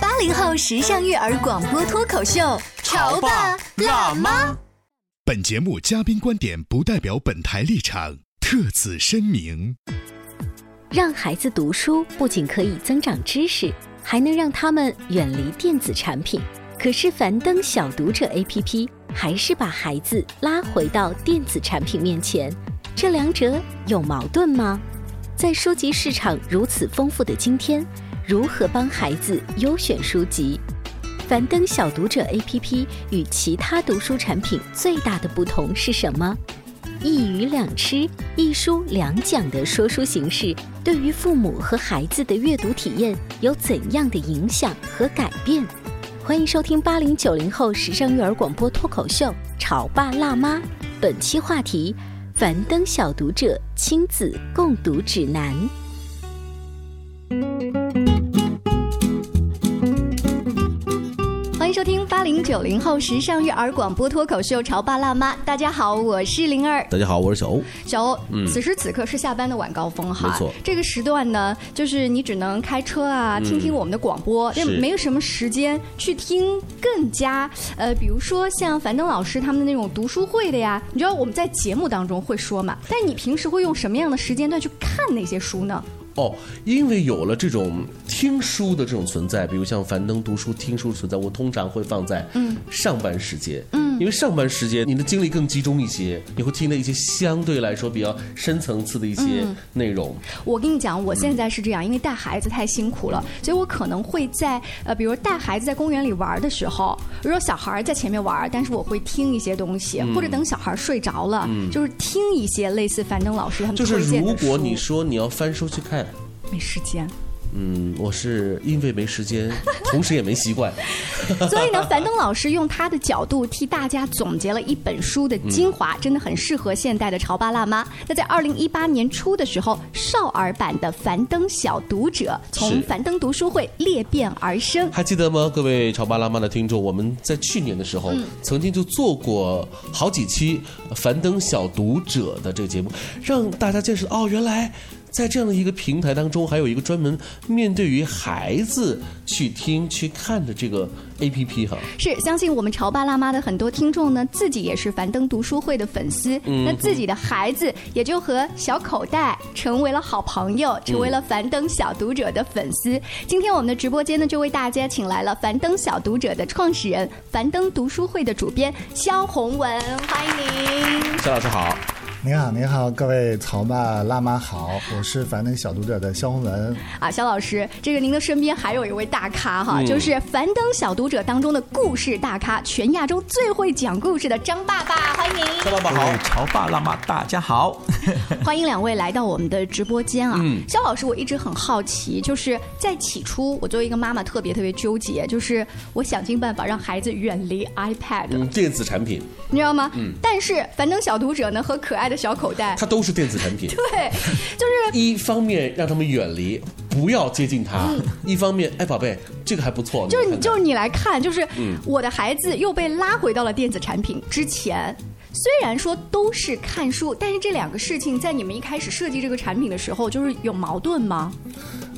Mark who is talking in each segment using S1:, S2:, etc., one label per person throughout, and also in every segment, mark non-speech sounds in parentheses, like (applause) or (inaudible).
S1: 八零后时尚育儿广播脱口秀，潮爸辣妈。
S2: 妈。
S3: 本节目嘉宾观点不代表本台立场，特此声明。
S4: 让孩子读书不仅可以增长知识，还能让他们远离电子产品。可是樊登小读者 APP 还是把孩子拉回到电子产品面前，这两者有矛盾吗？在书籍市场如此丰富的今天，如何帮孩子优选书籍？樊登小读者 APP 与其他读书产品最大的不同是什么？一鱼两吃、一书两讲的说书形式，对于父母和孩子的阅读体验有怎样的影响和改变？欢迎收听八零九零后时尚育儿广播脱口秀《潮爸辣妈》，本期话题：樊登小读者亲子共读指南。
S1: 欢迎收听八零九零后时尚育儿广播脱口秀《潮爸辣妈》。大家好，我是灵儿。
S5: 大家好，我是小欧。嗯
S1: 小欧，此时此刻是下班的晚高峰哈，
S5: 没错
S1: 这个时段呢，就是你只能开车啊，听听我们的广播，也
S5: 嗯是
S1: 没有什么时间去听更加呃，比如说像樊登老师他们的那种读书会的呀，你知道我们在节目当中会说嘛，但你平时会用什么样的时间段去看那些书呢？
S5: 哦，因为有了这种听书的这种存在，比如像樊登读书听书存在，我通常会放在
S1: 嗯
S5: 上班时间，嗯，因为上班时间你的精力更集中一些，你会听到一些相对来说比较深层次的一些
S1: 嗯
S5: 内容。
S1: 我跟你讲，我现在是这样，因为带孩子太辛苦了，所以我可能会在呃，比如带孩子在公园里玩的时候，比如说小孩儿在前面玩，但是我会听一些东西，
S5: 嗯
S1: 或者等小孩儿睡着了，就是听一些类似樊登老师他们
S5: 就是
S1: 推荐
S5: 如
S1: 的
S5: 果
S1: 书。
S5: 你说你要翻书去看，
S1: 没时间，
S5: 嗯，我是因为没时间，同时也没习惯，
S1: 所以
S5: (laughs)
S1: 呢，樊登老师用他的角度替大家总结了一本书的精华，
S5: 嗯
S1: 真的很适合现代的潮爸辣妈。那在二零一八年初的时候，少儿版的樊登小读者从
S5: 是
S1: 樊登读书会裂变而生。
S5: 还记得吗？各位潮爸辣妈的听众，我们在去年的时候、
S1: 嗯
S5: 曾经就做过好几期《樊登小读者》的这个节目，让大家见识到哦，原来在这样的一个平台当中，还有一个专门面对于孩子去听去看的这个 APP 哈。
S1: 是，相信我们潮爸辣妈的很多听众呢，自己也是樊登读书会的粉丝，那自己的孩子也就和小口袋成为了好朋友，成为了樊登小读者的粉丝。今天我们的直播间呢，就为大家请来了樊登小读者的创始人、樊登读书会的主编肖宏文，欢迎您。
S5: 肖老师好，
S6: 你好，你好，各位潮爸辣妈好，我是樊登小读者的肖宏文。
S1: 啊，肖老师，这个您的身边还有一位大咖哈，就是樊登小读者当中的故事大咖，全亚洲最会讲故事的张爸爸，欢迎。
S5: 肖爸爸好。
S7: 潮爸辣妈，大家好。 (laughs)
S1: 欢迎两位来到我们的直播间啊！肖老师，我一直很好奇，就是在起初，我作为一个妈妈，特别特别纠结，就是我想尽办法让孩子远离 iPad，、
S5: 嗯，电子产品，
S1: 你知道吗？但是樊登小读者呢和可爱的小口袋， (laughs)
S5: 它都是电子产品。
S1: 对，就是
S5: 一方面让他们远离，不要接近它；一方面，哎，宝贝，这个还不错。
S1: 就是
S5: 来
S1: 你
S5: 看看
S1: 嗯就是你来看，就是我的孩子又被拉回到了电子产品之前。虽然说都是看书，但是这两个事情在你们一开始设计这个产品的时候，就是有矛盾吗？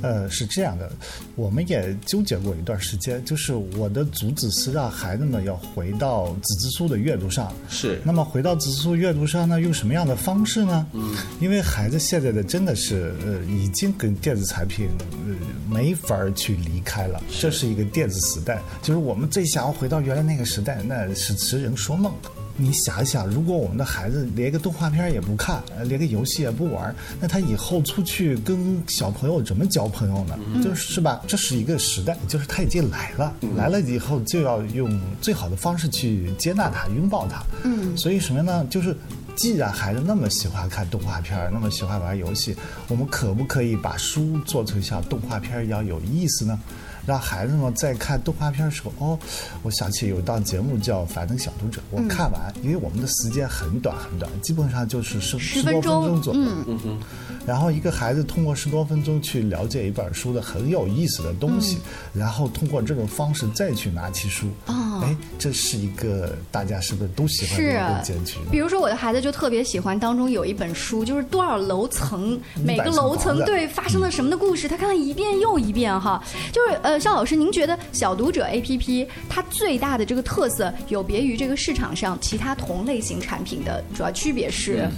S6: 呃，是这样的，我们也纠结过一段时间，就是我的主旨是让孩子们要回到纸质书的阅读上。
S5: 是
S6: 那么回到纸质书阅读上呢，用什么样的方式呢？嗯，因为孩子现在的真的是呃，已经跟电子产品呃没法儿去离开了，这是一个电子时代，就是我们最想要回到原来那个时代，那是痴人说梦。你想一想，如果我们的孩子连个动画片也不看，呃连个游戏也不玩，那他以后出去跟小朋友怎么交朋友呢？就是吧？这是一个时代，就是他已经来了，来了以后就要用最好的方式去接纳他、拥抱他。嗯，所以什么呢？就是。既然孩子那么喜欢看动画片儿，那么喜欢玩游戏，我们可不可以把书做成像动画片儿一样有意思呢？让孩子们在看动画片的时候，哦，我想起有一档节目叫《樊登小读者》，我看完，因为我们的时间很短很短，基本上就是十
S1: 十
S6: 十
S1: 分
S6: 多
S1: 钟
S6: 分钟左右。
S1: 嗯
S5: 嗯哼，
S6: 然后一个孩子通过十多分钟去了解一本书的很有意思的东西，然后通过这种方式再去拿起书，
S1: 嗯哦
S6: 哎，这是一个大家是不是都喜欢的
S1: 是啊
S6: 一个结局呢？
S1: 比如说我的孩子就特别喜欢，当中有一本书，就是多少楼层，每个楼层
S6: 100
S1: 对发生了什么的故事，他看了一遍又一遍哈。就是呃，邵老师，您觉得小读者 APP 它最大的这个特色，有别于这个市场上其他同类型产品的主要区别
S6: 嗯
S1: 是？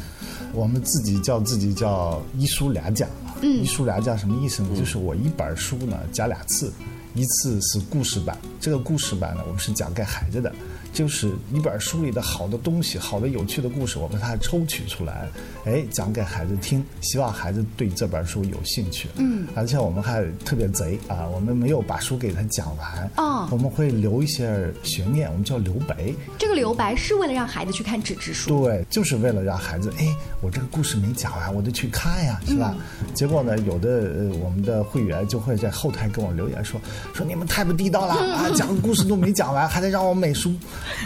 S6: 我们自己叫自己叫一书俩讲嘛。
S1: 嗯
S6: 一书俩讲什么意思呢？就是我一本书呢讲俩次，一次是故事版，这个故事版呢我们是讲给孩子的，就是一本书里的好的东西、好的有趣的故事，我们把它抽取出来，哎，讲给孩子听，希望孩子对这本书有兴趣。嗯，而且我们还特别贼啊，我们没有把书给他讲完，
S1: 哦
S6: 我们会留一些悬念，我们叫留白。
S1: 这个留白是为了让孩子去看纸质书，
S6: 对，就是为了让孩子，哎，我这个故事没讲完，我得去看呀，是吧？结果呢，有的呃，我们的会员就会在后台跟我留言说，说你们太不地道了、啊，讲个故事都没讲完，还得让我美术，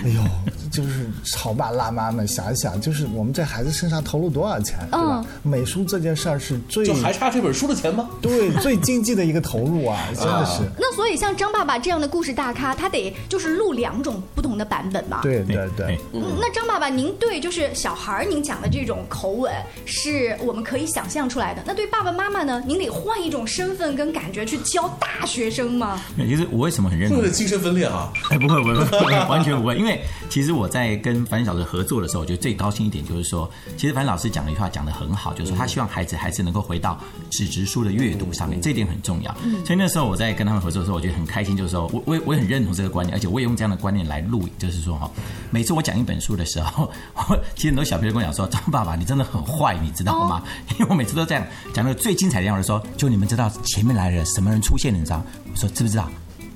S6: 哎呦，就是潮爸辣妈们想一想，就是我们在孩子身上投入多少钱，对吧？美术这件事儿是最
S5: 就还差这本书的钱吗？
S6: 对最经济的一个投入啊，真的是。
S1: 那所以像张爸爸这样的故事大咖，他得就是录两种不同的版本吧？
S6: 对
S5: 哎
S6: 对对，
S1: 嗯，那张爸爸，您对就是小孩儿您讲的这种口吻，是我们可以想象出来的。那对爸爸妈妈呢？您得换一种身份跟感觉去教大学生吗？
S7: 也就是我为什么很认
S5: 会
S2: (laughs)
S7: 同
S5: 不会？精神分裂啊？
S7: 哎，不会，不会，不会， (laughs) 完全不会。因为其实我在跟樊小子合作的时候，我觉得最高兴一点就是说，其实樊老师讲的一句话讲得很好，就是说他希望孩子还是能够回到纸质书的阅读上面，这一点很重要。所以那时候我在跟他们合作的时候，我觉得很开心，就是说我我也我也很认同这个观念，而且我也用这样的观念来录影，就是说哈，每次我讲一本书的时候，我其实很多小朋友跟我讲说，张爸爸你真的很坏，你知道吗？因为我每次都这样讲那个最精彩的样子，说就你们知道前面来了什么人出现，你知道？我说知不知道？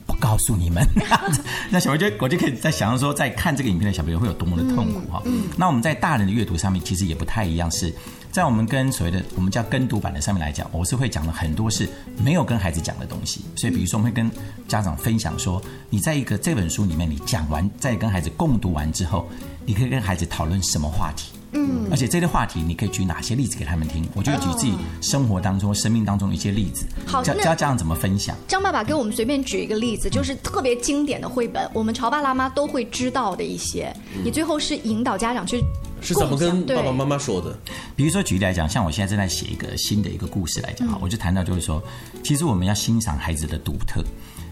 S7: 不告诉你们， (laughs) 那小朋友就我就可以在想象说，在看这个影片的小朋友会有多么的痛苦哈、
S1: 嗯
S7: 那我们在大人的阅读上面，其实也不太一样是。在我们跟所谓的我们叫跟读版的上面来讲，我是会讲了很多是没有跟孩子讲的东西，所以比如说我们会跟家长分享说，你在一个这本书里面，你讲完再跟孩子共读完之后，你可以跟孩子讨论什么话题，嗯，而且这些话题你可以举哪些例子给他们听，我就会举自己生活当中、生命当中的一些例子，
S1: 好
S7: 教
S1: 那
S7: 教家长怎么分享。嗯
S1: 张爸爸给我们随便举一个例子，就是特别经典的绘本，我们潮爸辣妈都会知道的一些。
S7: 嗯
S1: 你最后是引导家长去
S5: 是怎么
S1: 共享
S5: 跟
S1: 对
S5: 爸爸妈妈说的？
S7: 比如说举例来讲，像我现在正在写一个新的一个故事来讲哈，我就谈到就是说，其实我们要欣赏孩子的独特。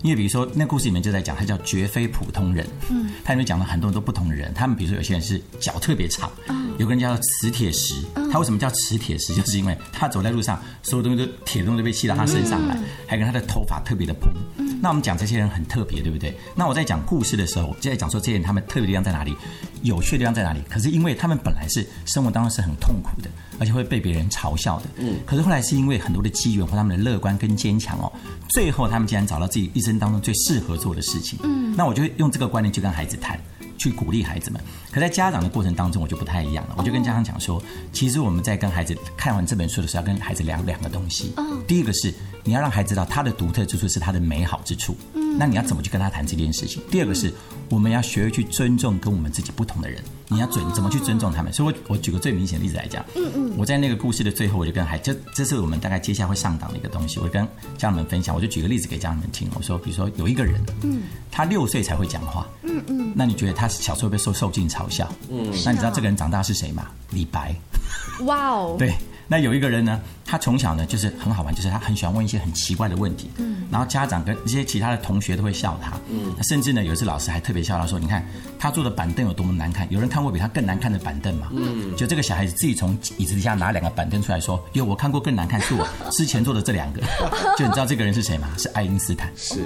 S7: 因为比如说，那故事里面就在讲，他叫绝非普通人。嗯，他里面讲了很多很多不同的人，他们比如说有些人是脚特别长，有个人叫磁铁石。他为什么叫磁铁石？ (laughs) 就是因为他走在路上，所有东西都铁的东西都被吸到他身上来，还有跟他的头发特别的蓬。那我们讲这些人很特别，对不对？那我在讲故事的时候，我就在讲说这些人他们特别的地方在哪里，有趣的地方在哪里。可是因为他们本来是生活当中是很痛苦的，而且会被别人嘲笑的。嗯。可是后来是因为很多的机缘和他们的乐观跟坚强哦，最后他们竟然找到自己一生当中最适合做的事情。嗯。那我就会用这个观念去跟孩子谈。去鼓励孩子们。可在家长的过程当中，我就不太一样了。我就跟家长讲说，其实我们在跟孩子看完这本书的时候，要跟孩子聊两个东西。第一个是你要让孩子知道他的独特之处是他的美好之处。那你要怎么去跟他谈这件事情？第二个是，我们要学会去尊重跟我们自己不同的人。你要准怎么去尊重他们？所以我我举个最明显的例子来讲，嗯嗯，我在那个故事的最后，我就跟孩这这是我们大概接下来会上档的一个东西，我就跟家长们分享，我就举个例子给家长们听。我说，比如说有一个人，嗯，他六岁才会讲话，嗯嗯，那你觉得他小时候被受受尽嘲笑，嗯，那你知道这个人长大是谁吗？李白，
S1: 哇哦，
S7: 对，那有一个人呢，他从小呢就是很好玩，就是他很喜欢问一些很奇怪的问题，嗯，然后家长跟一些其他的同学都会笑他，嗯，甚至呢有一次老师还特别笑他说，你看他坐的板凳有多么难看，有人看过比他更难看的板凳吗？嗯，就这个小孩子自己从椅子底下拿两个板凳出来说，哟，我看过更难看，是我之前坐的这两个，就你知道这个人是谁吗？是爱因斯坦，是。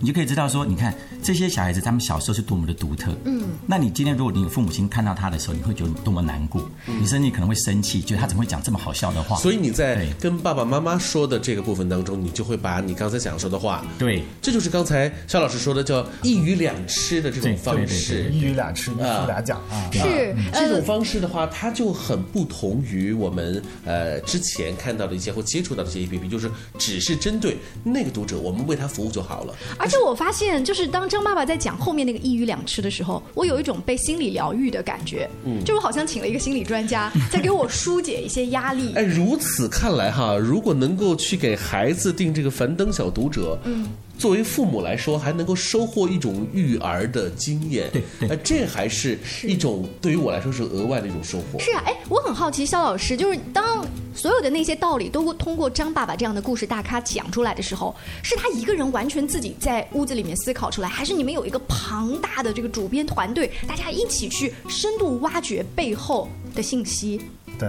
S7: 你就可以知道说，你看这些小孩子他们小时候是多么的独特。
S8: 嗯，
S7: 那你今天如果你有父母亲看到他的时候，你会觉得多么难过，
S1: 嗯
S7: 你甚至可能会生气，觉得他怎么会讲这么好笑的话？
S5: 所以你在跟爸爸妈妈说的这个部分当中，你就会把你刚才想说的话，
S7: 对，
S5: 这就是刚才肖老师说的叫一鱼两吃的这种方式。
S6: 一鱼两吃，一
S5: 啊
S6: 书俩讲啊。
S1: 是呃
S5: 这种方式的话，它就很不同于我们呃之前看到的一些或接触到的一些 A P P，就是只是针对那个读者，我们为他服务就好了。
S1: 而且我发现，就是当张爸爸在讲后面那个一鱼两吃的时候，我有一种被心理疗愈的感觉，
S5: 嗯
S1: 就我好像请了一个心理专家，在给我疏解一些压力。
S5: (laughs) 哎，如此看来哈，如果能够去给孩子定这个樊登小读者，
S1: 嗯，
S5: 作为父母来说，还能够收获一种育儿的经验，对，那这还是一种对于我来说是额外的一种收获。
S1: 是啊，哎，我很好奇，肖老师，就是当所有的那些道理都通过张爸爸这样的故事大咖讲出来的时候，是他一个人完全自己在屋子里面思考出来，还是你们有一个庞大的这个主编团队，大家一起去深度挖掘背后的信息？
S6: 对，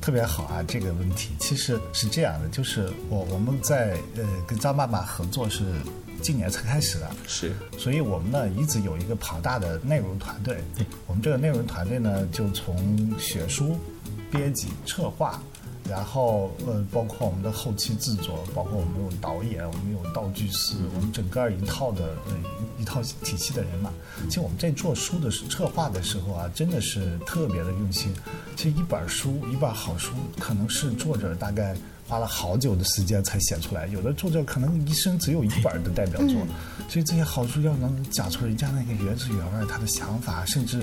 S6: 特别好啊！这个问题其实是这样的，就是我我们在呃跟张爸爸合作是今年才开始的，
S5: 是，
S6: 所以我们呢一直有一个庞大的内容团队。对，我们这个内容团队呢，就从写书、编辑、策划。然后，呃，包括我们的后期制作，包括我们有导演，我们有道具师，我们整个一套的呃一套体系的人嘛。其实我们在做书的时策划的时候啊，真的是特别的用心。其实一本书，一本好书，可能是作者大概花了好久的时间才写出来，有的作者可能一生只有一本的代表
S9: 嗯
S6: 作。所以这些好书要能讲出人家那个原汁原味儿他的想法，甚至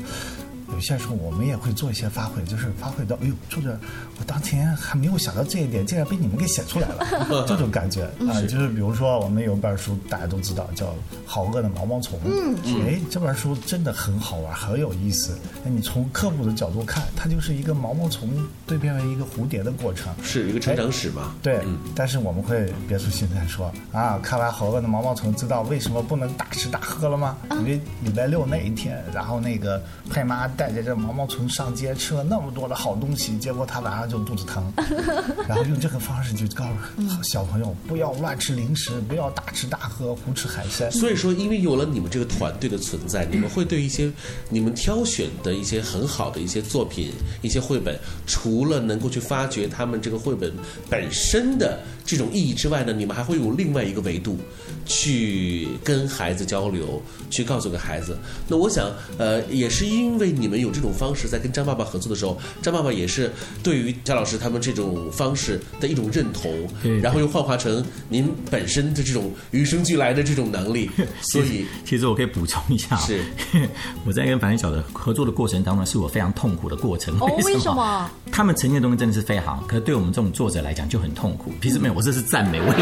S6: 有些时候我们也会做一些发挥，就是发挥到，哎呦，作者，我当前还没有想到这一点，竟然被你们给写出来
S9: (laughs)
S6: 了，这种感觉啊、
S9: 嗯是
S6: 就是比如说我们有本书大家都知道叫《好饿的毛毛虫》，
S9: 嗯是
S6: 哎，这本书真的很好玩，很有意思。那你从科普的角度看，它就是一个毛毛虫蜕变为一个蝴蝶的过程，
S5: 是一个成长史嘛？
S6: 对，但是我们会别出心裁说啊，看完《猴哥的毛毛虫》，知道为什么不能大吃大喝了吗？
S9: 啊
S6: 因为礼拜六那一天，然后那个派妈带着这毛毛虫上街，吃了那么多的好东西，结果他晚上就肚子
S9: (laughs)
S6: 疼，然后用这个方式就告诉小朋友不要乱吃零食，不要大吃大喝，胡吃海塞。
S5: 所以说，因为有了你们这个团队的存在，你们会对一些你们挑选的一些很好的一些作品、一些绘本，除了能够去发掘他们这个绘本本身的这种意义之外呢，你们还会有另外一个维度去跟孩子交流，去告诉给孩子。那我想，呃，也是因为你们有这种方式，在跟张爸爸合作的时候，张爸爸也是对于贾老师他们这种方式的一种认同，然后又幻化成您本身的这种与生俱来的这种
S7: (laughs)
S5: 能力，所以
S7: 其实我可以补充一下，
S5: 是
S7: (laughs) 我在跟樊小的合作的过程当中，是我非常痛苦的过程。
S1: 哦，为什？么？
S7: 他们呈现的东西真的是非常好，可是对我们这种作者来讲就很痛苦。其实没有，我这是赞美，我也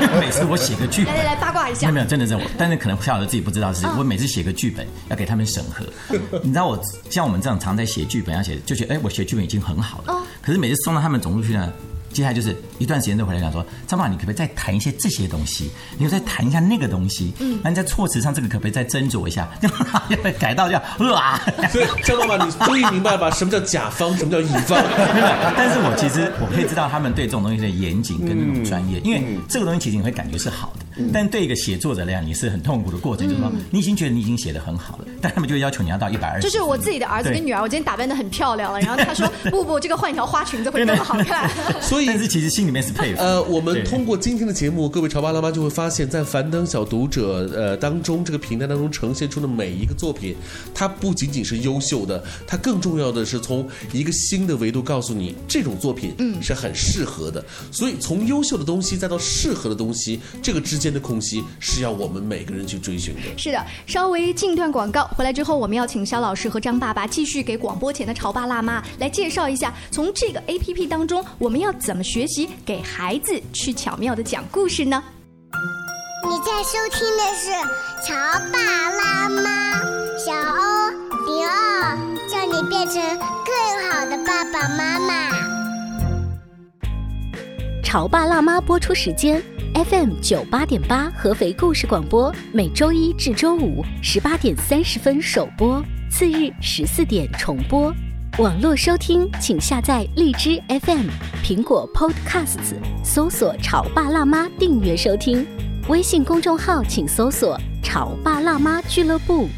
S1: (laughs)
S7: 因为每次我写个剧本
S1: 来，来来，八卦一
S7: 没
S1: 下啊
S7: 有没。有，真的是我，但是可能夏老师自己不知道的是，我每次写个剧本要给他们审核，你知道我像我们这种常在写剧本要写，就觉得哎，我写剧本已经很好
S1: 哦
S7: 了，可是每次送到他们总部去呢。接下来就是一段时间都回来讲说，张爸，你可不可以再谈一些这些东西？
S1: 嗯
S7: 你又再谈一下那个东西？嗯，那你在措辞上这个可不可以再斟酌一下？ (laughs) 要 (laughs) 改到叫啊？
S5: 所以张爸爸，你终于明白吧，什么叫甲方，什么叫乙方？
S7: (laughs) 但是我其实我可以知道他们对这种东西的严谨跟那种专业，
S5: 嗯
S7: 因为这个东西其实你会感觉是好的，但对一个写作者来讲，你是很痛苦的过程，就是说
S1: 嗯
S7: 你已经觉得你已经写的很好了，但他们就会要求你要到一百二
S1: 就
S7: 十。
S1: 是我自己的儿子跟女儿，我今天打扮的很漂亮了，然后他说不不，这个换一条花裙子会更好看。 (laughs)
S5: 所以，
S7: 但是其实心里面是佩服。
S5: 呃，我们通过今天的节目，各位潮爸辣妈就会发现，在樊登小读者呃当中这个平台当中呈现出的每一个作品，它不仅仅是优秀的，它更重要的是从一个新的维度告诉你这种作品
S10: 嗯
S5: 是很适合的。所以从优秀的东西再到适合的东西，这个之间的空隙是要我们每个人去追寻的。
S1: 是的，稍微进段广告，回来之后我们要请肖老师和张爸爸继续给广播前的潮爸辣妈来介绍一下，从这个 A P P 当中我们要怎么学习给孩子去巧妙的讲故事呢？
S8: 你在收听的是《潮爸辣妈》，小欧零二，叫你变成更好的爸爸妈妈。
S4: 《潮爸辣妈》播出时间：FM 九八点八合肥故事广播，每周一至周五十八点三十分首播，次日十四点重播。网络收听，请下载荔枝 FM、苹果 Podcasts，搜索“潮爸辣妈”订阅收听。微信公众号请搜索“潮爸辣妈俱乐部”。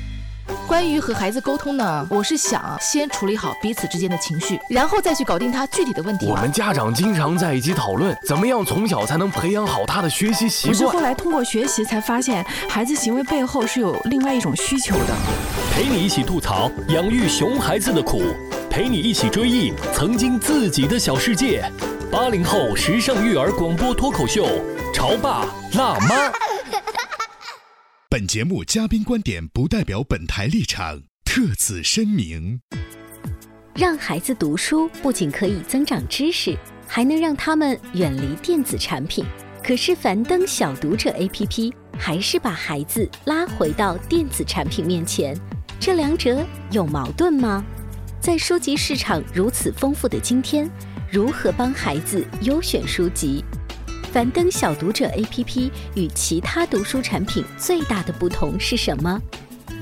S9: 关于和孩子沟通呢，我是想先处理好彼此之间的情绪，然后再去搞定他具体的问题。
S10: 我们家长经常在一起讨论，怎么样从小才能培养好他的学习习
S11: 我是
S10: 惯。
S11: 后来通过学习才发现，孩子行为背后是有另外一种需求的。
S12: 陪你一起吐槽养育熊孩子的苦，陪你一起追忆曾经自己的小世界。八零后时尚育儿广播脱口秀，《潮爸辣妈》。
S3: 本节目嘉宾观点不代表本台立场，特此声明。
S4: 让孩子读书不仅可以增长知识，还能让他们远离电子产品。可是樊登小读者 APP 还是把孩子拉回到电子产品面前，这两者有矛盾吗？在书籍市场如此丰富的今天，如何帮孩子优选书籍？樊登小读者 APP 与其他读书产品最大的不同是什么？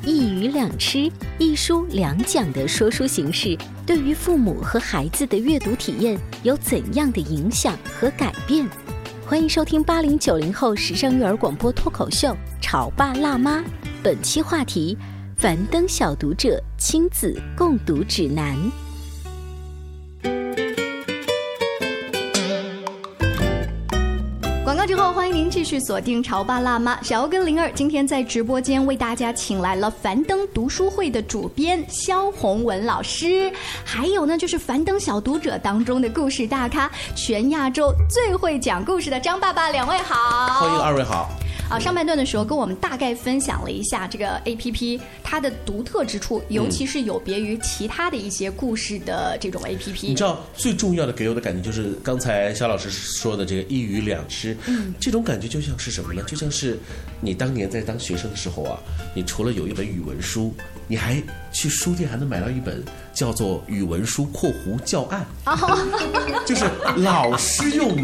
S4: 一鱼两吃、一书两讲的说书形式，对于父母和孩子的阅读体验有怎样的影响和改变？欢迎收听八零九零后时尚育儿广播脱口秀《潮爸辣妈》，本期话题：樊登小读者亲子共读指南。
S1: 广告之后，欢迎您继续锁定《潮爸辣妈》。小欧跟灵儿今天在直播间为大家请来了樊登读书会的主编肖宏文老师，还有呢就是樊登小读者当中的故事大咖，全亚洲最会讲故事的张爸爸，两位好！
S5: 欢迎二位好。
S1: 啊，上半段的时候跟我们大概分享了一下这个 A P P 它的独特之处，
S5: 嗯
S1: 尤其是有别于其他的一些故事的这种 A P P。
S5: 你知道最重要的给我的感觉就是刚才肖老师说的这个一鱼两吃，
S1: 嗯
S5: 这种感觉就像是什么呢？就像是你当年在当学生的时候啊，你除了有一本语文书，你还去书店还能买到一本叫做《语文书（括弧教案
S1: 哦，》，
S5: (laughs) 就是老师用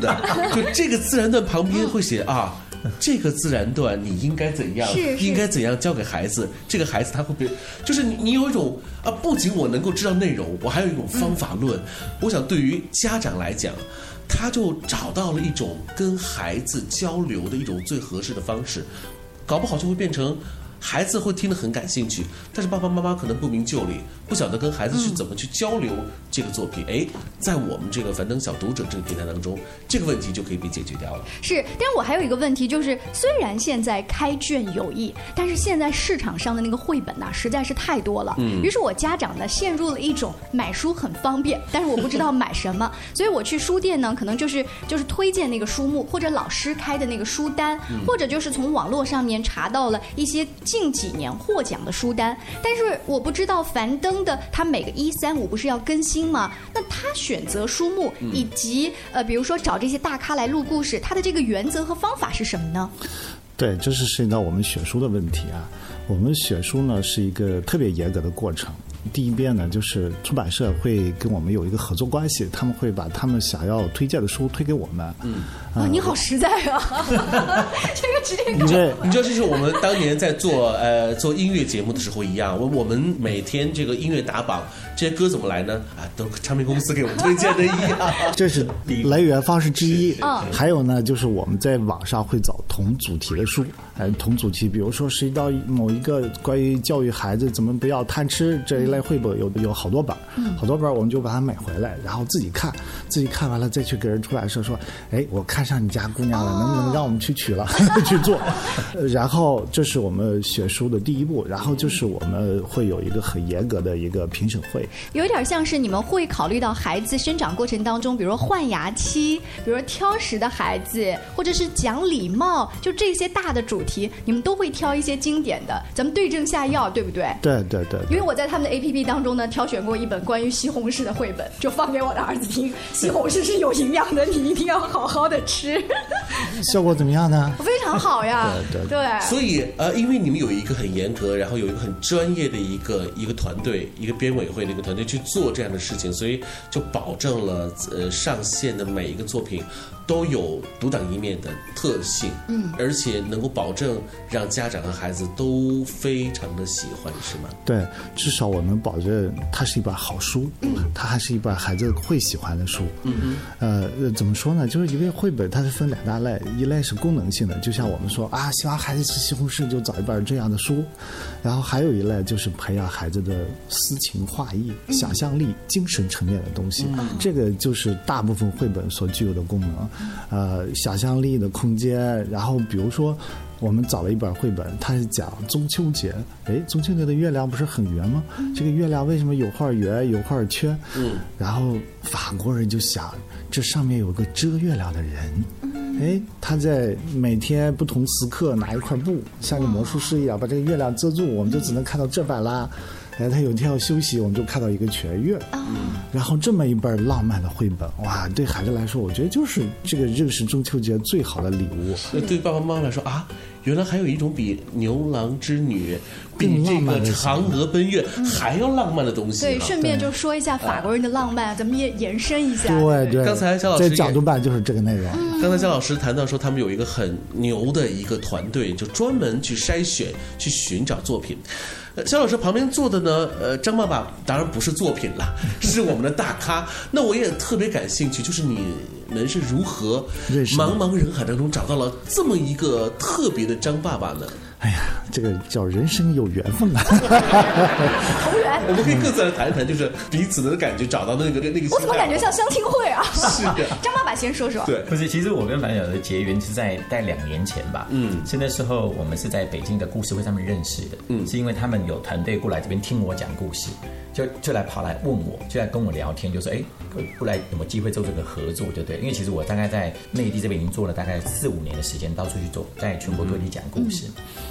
S1: (laughs)
S5: 的，就这个自然段旁边会写啊。这个自然段你应该怎样？
S1: 是是
S5: 应该怎样教给孩子？这个孩子他会不会？就是你，你有一种啊，不仅我能够知道内容，我还有一种方法论。我想对于家长来讲，他就找到了一种跟孩子交流的一种最合适的方式，搞不好就会变成。孩子会听得很感兴趣，但是爸爸妈妈可能不明就里，不晓得跟孩子去怎么去交流这个作品。哎、在我们这个樊登小读者这个平台当中，这个问题就可以被解决掉了。
S1: 是，但我还有一个问题，就是虽然现在开卷有益，但是现在市场上的那个绘本呐、实在是太多了。
S5: 嗯
S1: 于是我家长呢，陷入了一种买书很方便，但是我不知道买什么，所以我去书店呢，可能就是就是推荐那个书目，或者老师开的那个书单，
S13: 嗯
S1: 或者就是从网络上面查到了一些近几年获奖的书单。但是我不知道樊登的他每个一三五不是要更新吗？那他选择书目
S5: 嗯
S1: 以及呃，比如说找这些大咖来录故事，他的这个原则和方法是什么呢？
S6: 对，这是涉及到我们选书的问题啊。我们选书呢是一个特别严格的过程。第一遍呢，就是出版社会跟我们有一个合作关系，他们会把他们想要推荐的书推给我们。嗯，
S1: 啊，你好实在啊！这个直接
S5: 你知道
S1: 告，
S5: 你知道，这是我们当年在做 (laughs) 呃做音乐节目的时候一样。我我们每天这个音乐打榜，这些歌怎么来呢？啊，都是唱片公司给我们推荐的一样。
S6: 这是来源方式之一。
S5: 嗯
S6: 还有呢，就是我们在网上会找同主题的书，呃，同主题，比如说涉及到某一个关于教育孩子怎么不要贪吃这一类绘本，有有好多本儿，
S14: 嗯
S6: 好多本儿我们就把它买回来，然后自己看，自己看完了再去给人出版社说，哎，我看上你家姑娘了，能不能让我们去取了 (laughs) 去做？呃然后这是我们选书的第一步，然后就是我们会有一个很严格的一个评审会。
S1: 有点像是你们会考虑到孩子生长过程当中，比如说换牙期，比如说挑食的孩子，或者是讲礼貌，就这些大的主题，你们都会挑一些经典的，咱们对症下药，对不对？
S6: 对对对对
S1: 因为我在他们的 A P P 当中呢，挑选过一本关于西红柿的绘本，就放给我的儿子听。西红柿是有营养的，你一定要好好的吃，
S6: 效果怎么样呢？
S1: 非常好呀。
S5: 所以呃，因为你们有一个很严格，然后有一个很专业的一个一个团队，一个编委会的一个团队去做这样的事情，所以就保证了呃上线的每一个作品都有独当一面的特性，
S13: 嗯
S5: 而且能够保证让家长和孩子都非常的喜欢，是吗？
S6: 对，至少我能保证它是一本好书，
S13: 嗯
S6: 它还是一本孩子会喜欢的书。
S5: 嗯
S6: 呃，呃怎么说呢？就是一个绘本，它是分两大类，一类是功能性的，就像我们说啊，希望孩子吃西红柿就找一本这样的书，然后还有一类就是培养孩子的诗情画意、
S13: 嗯
S6: 想象力、精神层面的东西。
S13: 嗯
S6: 这个就是大部分绘本所具有的功能，呃，想象力的空间。然后比如说，我们找了一本绘本，它是讲中秋节。诶，中秋节的月亮不是很圆吗？这个月亮为什么有块圆有块缺？
S5: 嗯，
S6: 然后法国人就想，这上面有个遮月亮的人。哎，他在每天不同时刻拿一块布，像个魔术师一样把这个月亮遮住，我们就只能看到这半拉。哎，他有一天要休息，我们就看到一个全月。然后这么一本浪漫的绘本，哇，对孩子来说，我觉得就是这个认识中秋节最好的礼物。
S5: 那对爸爸妈妈来说啊，原来还有一种比牛郎织女、比
S6: 更
S5: 这
S6: 浪漫
S5: 个
S6: 的嗯
S5: 嫦娥奔月还要浪漫的东西啊。
S1: 对，顺便就说一下法国人的浪漫，咱们也延伸一下。
S6: 对对，
S5: 刚才肖老师
S6: 这
S5: 也
S6: 角度办就是这个内容。
S5: 刚才姜老师谈到说，他们有一个很牛的一个团队，就专门去筛选、去寻找作品。呃，肖老师旁边坐的呢，呃，张爸爸当然不是作品
S6: (laughs)
S5: 了，是我们的大咖。那我也特别感兴趣，就是你们是如何茫茫人海当中找到了这么一个特别的张爸爸呢？
S6: 哎这个叫人生有缘分啊。 (laughs)
S5: 我们可以各自来谈一谈，就是彼此的感觉，找到那个那个。
S1: 我怎么感觉像相亲会啊？
S7: 是的
S1: 张爸爸先说说。
S7: 不是，其实我跟樊友的结缘是在在两年前吧。嗯，是那时候我们是在北京的故事会上面认识的。嗯，是因为他们有团队过来这边听我讲故事，就就来跑来问我，就来跟我聊天，就说哎，过来有没有机会做这个合作，对不对？因为其实我大概在内地这边已经做了大概四五年的时间，到处去做，在全国各地讲故事。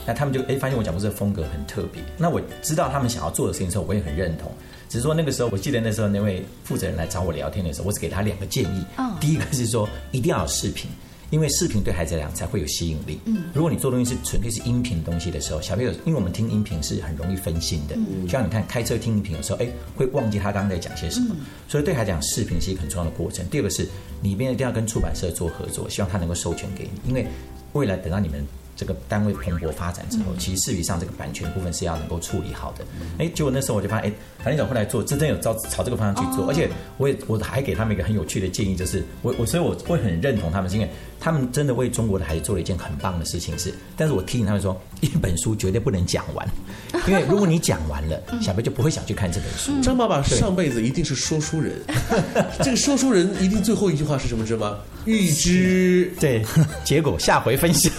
S7: 那他们就哎发现我讲故事的风格很特别，那我知道他们想要做的事情的时候，我也很认同。只是说那个时候，我记得那时候那位负责人来找我聊天的时候，我只给他两个建议。
S13: 嗯
S7: 第一个是说一定要有视频，因为视频对孩子来讲才会有吸引力。
S13: 嗯
S7: 如果你做东西是纯粹是音频的东西的时候，小朋友因为我们听音频是很容易分心的，
S13: 嗯
S7: 就像你看开车听音频有时候，哎，会忘记他刚刚在讲些什么。
S13: 嗯
S7: 所以对他讲，视频是一个很重要的过程。第二个是你一定一定要跟出版社做合作，希望他能够授权给你，因为未来等到你们。这个单位蓬勃发展之后，
S13: 嗯
S7: 其实事实上这个版权部分是要能够处理好的。哎，结果那时候我就发现，哎，反正找后来做，真正有朝朝这个方向去做，
S13: 哦
S7: 而且我也我还给他们一个很有趣的建议，就是我我所以我会很认同他们，是因为他们真的为中国的孩子做了一件很棒的事情是，但是我提醒他们说，一本书绝对不能讲
S13: (laughs)
S7: 完，因为如果你讲完了，
S13: 嗯
S7: 小朋友就不会想去看这本书。
S5: 张爸爸
S7: 对
S5: 上辈子一定是说
S1: (laughs)
S5: 书人，这个说书人一定最后一句话是什么？知道吗？预知
S7: 对，结果下回分享。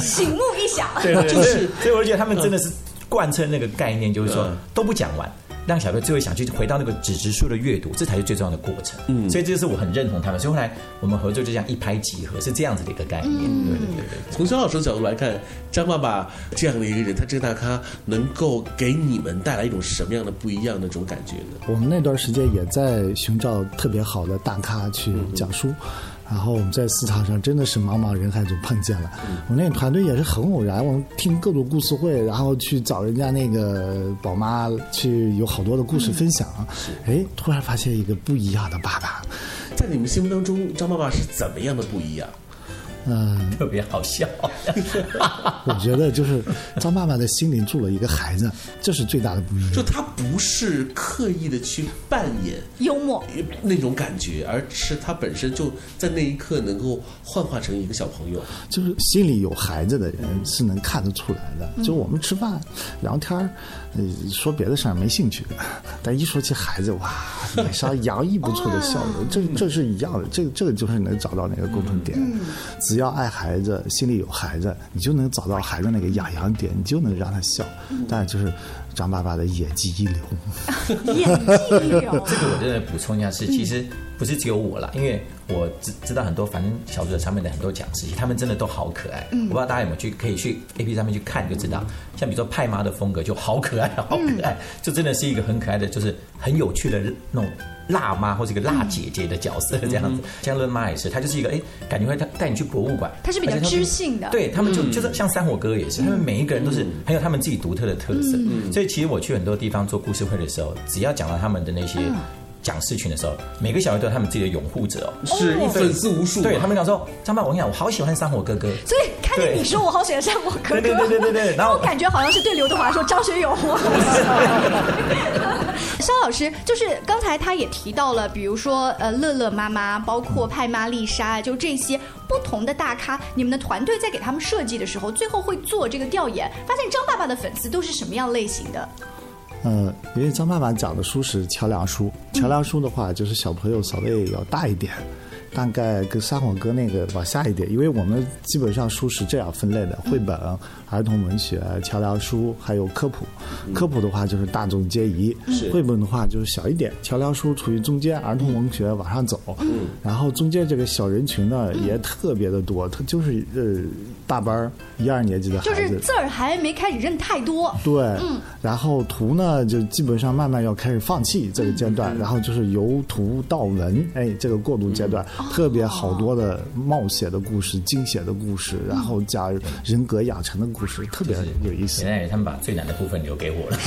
S1: 醒目一想，
S7: 对对，
S1: 就
S7: 就是是，所以我就觉得他们真的是贯彻那个概念，就是说都不讲完，让小朋友最后想去回到那个纸质书的阅读，这才是最重要的过程。嗯，所以这就是我很认同他们。所以后来我们合作就这样一拍即合，是这样子的一个概念。
S5: 嗯
S7: 对对对对。
S5: 从肖老师的角度来看，张爸爸这样的一个人，他这个大咖能够给你们带来一种什么样的不一样的这种感觉呢？
S6: 我们那段时间也在寻找特别好的大咖去
S5: 嗯
S6: 讲书，然后我们在市场上真的是茫茫人海中碰见了。
S5: 嗯
S6: 我们那个团队也是很偶然，我们听各种故事会，然后去找人家那个宝妈去有好多的故
S5: 嗯
S6: 事分享，哎、突然发现一个不一样的爸爸，
S5: 在你们心目当中，张爸爸是怎么样的不一样？
S6: 嗯，
S7: 特别好笑。
S6: 我觉得就是张爸爸的心里住了一个孩子，这是最大的不一样。
S5: 就他不是刻意的去扮演
S1: 幽默
S5: 那种感觉，而是他本身就在那一刻能够幻化成一个小朋友。
S6: 就是心里有孩子的人是能看得出来的。就我们吃饭、聊天儿，呃，说别的事儿没兴趣，但一说起孩子，哇，脸上洋溢不出的笑容，这这是一样的。这个这个就是能找到那个共同点。只要爱孩子，心里有孩子，你就能找到孩子那个痒痒点，你就能让他笑
S13: 嗯。
S6: 但就是张爸爸的演技一流。
S7: (laughs)
S1: 啊
S7: 这个我真的补充一下
S1: 嗯
S7: 是，其实不是只有我啦，因为我知知道很多，反正小组的上面的很多讲师，他们真的都好可爱。
S13: 嗯
S7: 我不知道大家有没有去可以去 A P 上面去看就知道，
S1: 嗯
S7: 像比如说派妈的风格就好可爱，好可爱，就真的是一个很可爱的，就是很有趣的那种。辣妈或者一个辣姐姐的角色这样
S1: 嗯
S7: 子，像乐妈也是，她就是一个哎，感觉会她带你去博物馆，
S1: 他是比较
S7: 而且她
S1: 知性的，
S7: 对他们就
S1: 嗯
S7: 就是像三火哥也是，他们每一个人都是很有他们自己独特的特色
S13: 嗯。
S7: 所以其实我去很多地方做故事会的时候，只要讲到他们的那些
S13: 嗯
S7: 讲事情的时候，每个小孩都有他们自己的拥护者哦，
S5: 是啊
S7: 对
S5: 粉丝无数
S7: 对他们讲说，张爸，我跟你讲，我好喜欢山火哥哥，
S15: 所以看见你说我好喜欢上我哥哥，
S7: 对对对对对对然后
S15: 我感觉好像是对刘德华说张学友。
S1: 肖老师，就是刚才他也提到了，比如说呃，乐乐妈妈，包括派妈丽莎，就这些不同的大咖，你们的团队在给他们设计的时候，最后会做这个调研，发现张爸爸的粉丝都是什么样类型的？
S6: 呃，因为张爸爸讲的书是桥梁书，桥梁书的话就是小朋友稍微要大一点，大概跟沙谎哥那个往下一点，因为我们基本上书是这样分类的：绘本、儿童文学、桥梁书，还有科普。科普的话就是大众皆宜，
S16: 是
S6: 绘本的话就是小一点，桥梁书处于中间，儿童文学往上走，
S16: 嗯
S6: 然后中间这个小人群呢也特别的多，它就是呃大班儿一二年级的孩子，
S1: 就是字儿还没开始认太多。
S6: 对，
S1: 嗯，
S6: 然后图呢就基本上慢慢要开始放弃这个阶段，然后就是由图到文，哎，这个过渡阶段、特别好多的冒险的故事、惊险的故事，然后加人格养成的故事，特别有意思。
S7: 现在他们把最难的部分留给我了。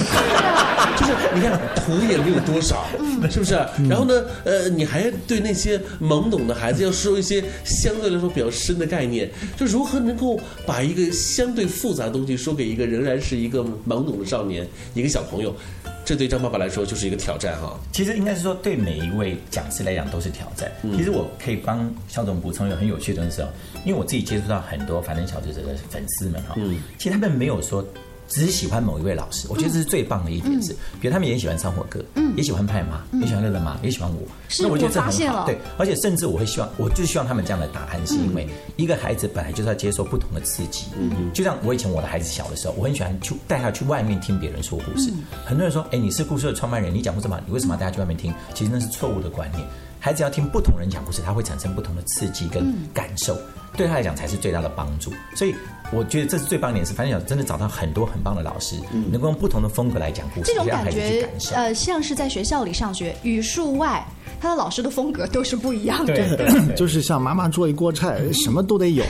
S5: 就是 (laughs) 你看图也没有多少，是不是？然后呢，呃，你还对那些懵懂的孩子要说一些相对来说比较深的概念，就如何能够把一个相对复杂的东西说给一个仍然是一个懵懂的少年、一个小朋友，这对张爸爸来说就是一个挑战哈。
S7: 其实应该是说，对每一位讲师来讲都是挑战。
S16: 嗯
S7: 其实我可以帮肖总补充一个很有趣的东西哦，因为我自己接触到很多樊登小读者的粉丝们哈、哦，
S16: 嗯
S7: 其实他们没有说只喜欢某一位老师，我觉得这是最棒的一点是，比如他们也喜欢上火哥，
S16: 嗯
S7: 也喜欢派妈，
S16: 嗯
S7: 也喜欢乐乐妈，也喜欢我，
S16: 是
S7: 那我觉得
S16: 我
S7: 这
S16: 发
S7: 很
S16: 现
S7: 好，
S16: 了
S7: 对，而且甚至我会希望，我就希望他们这样的答案，是因
S1: 嗯
S7: 为一个孩子本来就是要接受不同的刺激，就像我以前我的孩子小的时候，我很喜欢去带他去外面听别人说故事，
S16: 嗯
S7: 很多人说，哎，你是故事的创办人，你讲故事嘛，你为什么要带他去外面
S1: 嗯
S7: 听？其实那是错误的观念。孩子要听不同人讲故事，他会产生不同的刺激跟
S16: 嗯
S7: 感受，对他来讲才是最大的帮助。所以我觉得这是最棒的点是，樊小真的找到很多很棒的老师，能够用不同的风格来讲故事，
S1: 嗯这种
S7: 让
S1: 感
S7: 孩子去
S1: 觉
S7: 感受。
S1: 呃，像是在学校里上学，语数外，他的老师的风格都是不一样的。
S6: 就是像妈妈做一锅菜，什么都得有，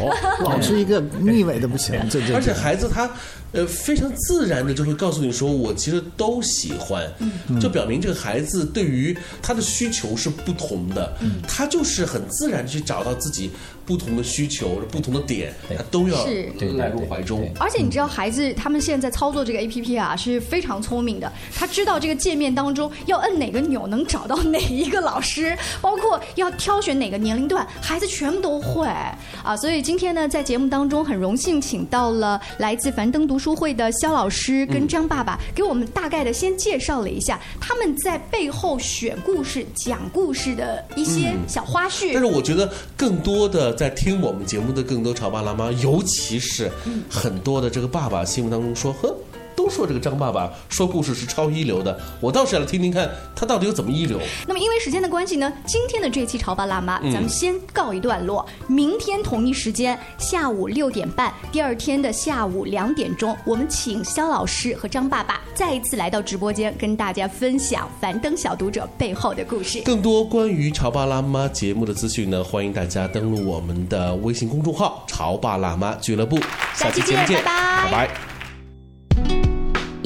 S6: 老师一个腻歪的不行，这这。
S5: 而且孩子他，呃，非常自然的就会告诉你说，我其实都喜欢，
S6: 嗯
S5: 就表明这个孩子对于他的需求是不同的，他就是很自然地去找到自己不同的需求、不同的点，他都要
S1: 是
S5: 揽入怀中。
S1: 而且你知道，孩子他们现在操作这个 APP 啊是非常聪明的，他知道这个界面当中要摁哪个钮能找到哪一个老师，包括要挑选哪个年龄段，孩子全部都会啊。所以今天呢，在节目当中很荣幸请到了来自樊登读书会的肖老师跟
S16: 嗯
S1: 张爸爸，给我们大概的先介绍了一下他们在背后选故事、讲故事的一些
S5: 嗯
S1: 小花絮。
S5: 但是我觉得，更多的在听我们节目的更多潮爸辣妈，尤其是
S1: 嗯
S5: 很多的这个爸爸，心目当中说，呵，都说这个张爸爸说故事是超一流的，我倒是要听听看他到底有怎么一流。
S1: 那么因为时间的关系呢，今天的这期《潮爸辣妈》
S5: 嗯
S1: 咱们先告一段落。明天同一时间下午六点半，第二天的下午两点钟，我们请肖老师和张爸爸再一次来到直播间，跟大家分享樊登小读者背后的故事。
S5: 更多关于《潮爸辣妈》节目的资讯呢，欢迎大家登录我们的微信公众号“潮爸辣妈俱乐部”。
S1: 下期
S5: 节目
S1: 见
S5: 见，
S1: 拜
S5: 拜拜